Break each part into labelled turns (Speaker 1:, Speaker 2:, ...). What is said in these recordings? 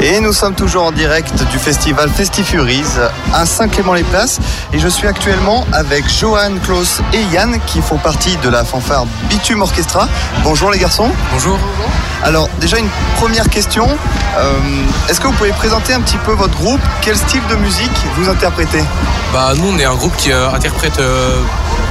Speaker 1: Et nous sommes toujours en direct du festival Festifuries à Saint-Clément-les-Places. Et je suis actuellement avec Johan, Klaus et Yann qui font partie de la fanfare Bitume Orchestra. Bonjour les garçons.
Speaker 2: Bonjour.
Speaker 1: Alors déjà une première question. Euh, Est-ce que vous pouvez présenter un petit peu votre groupe Quel style de musique vous interprétez
Speaker 2: Bah nous on est un groupe qui euh, interprète euh,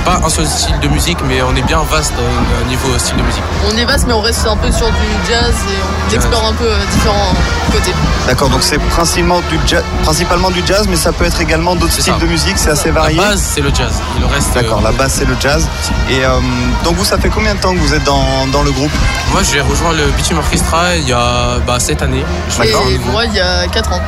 Speaker 2: pas un seul style de musique mais on est bien vaste au niveau style de musique.
Speaker 3: On est vaste, mais on reste un peu sur du jazz et on
Speaker 2: Jazz.
Speaker 3: explore un peu euh, différents côtés.
Speaker 1: D'accord, donc c'est principalement du, jazz, principalement du jazz, mais ça peut être également d'autres
Speaker 2: C'est
Speaker 1: styles
Speaker 2: ça.
Speaker 1: de musique, c'est assez varié.
Speaker 2: La base c'est le jazz. Et le reste.
Speaker 1: D'accord,
Speaker 2: euh,
Speaker 1: la base c'est le jazz. Et euh, donc vous, ça fait combien de temps que vous êtes dans, dans le groupe
Speaker 2: euh, Moi j'ai rejoint le Bitume Orchestra il y a bah, cette année. Je suis encore
Speaker 3: Et
Speaker 2: nouveau.
Speaker 3: moi, il y a 4 ans.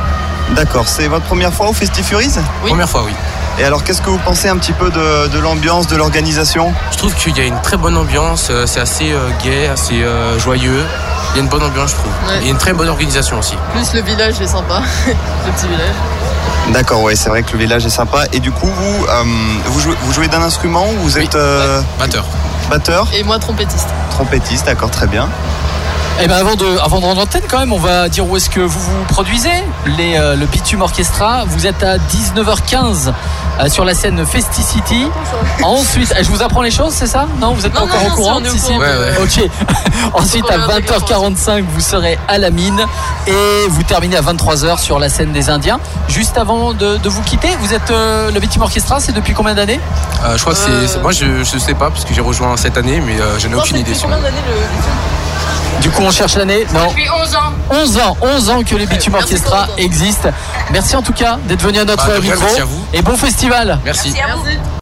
Speaker 1: D'accord, c'est votre première fois au Festifuries
Speaker 3: oui.
Speaker 2: Première fois oui.
Speaker 1: Et alors qu'est-ce que vous pensez un petit peu de, de l'ambiance, de l'organisation
Speaker 2: Je trouve qu'il y a une très bonne ambiance, euh, c'est assez euh, gai, assez euh, joyeux. Il y a une bonne ambiance je trouve.
Speaker 3: Ouais.
Speaker 2: Il y a une très bonne organisation aussi.
Speaker 3: Plus le village est sympa, le petit village.
Speaker 1: D'accord, ouais, c'est vrai que le village est sympa. Et du coup, vous, euh, vous jouez, vous jouez d'un instrument ou vous
Speaker 2: Oui,
Speaker 1: êtes euh,
Speaker 2: Batteur.
Speaker 1: batteur,
Speaker 3: Et moi, trompettiste.
Speaker 1: trompettiste D'accord, très bien.
Speaker 4: Eh ben avant de, avant de rendre l'antenne quand même, on va dire où est-ce que vous vous produisez. Les, euh, le Bitume Orchestra, vous êtes à 19h15 euh, sur la scène Festicity. Ensuite, eh, je vous apprends les choses, c'est ça Non, vous êtes pas
Speaker 3: Non,
Speaker 4: encore
Speaker 3: non, non,
Speaker 4: au courant
Speaker 3: si, on est au courant.
Speaker 2: Ouais,
Speaker 4: Ok. Ensuite, à
Speaker 3: On reviendra quand
Speaker 4: 20h45, vous serez à la mine et vous terminez à 23h sur la scène des Indiens. Juste avant de, de vous quitter, vous êtes euh, le Bitume Orchestra, c'est depuis combien d'années
Speaker 2: Euh, je crois que c'est.
Speaker 3: Euh.
Speaker 2: c'est- Moi je, je sais pas parce que j'ai rejoint cette année mais euh, je n'ai aucune idée sur.
Speaker 3: combien d'années le
Speaker 4: Du coup, on cherche l'année. Non,
Speaker 5: Depuis 11 ans.
Speaker 4: 11 ans, 11 ans que les Bitume
Speaker 3: Merci
Speaker 4: Orchestra
Speaker 3: pour votre temps.
Speaker 4: existent. Merci en tout cas d'être venu à notre
Speaker 2: Bah, de rien,
Speaker 4: micro.
Speaker 2: merci à vous.
Speaker 4: Et bon festival
Speaker 2: Merci.
Speaker 5: Merci à vous.
Speaker 3: Merci.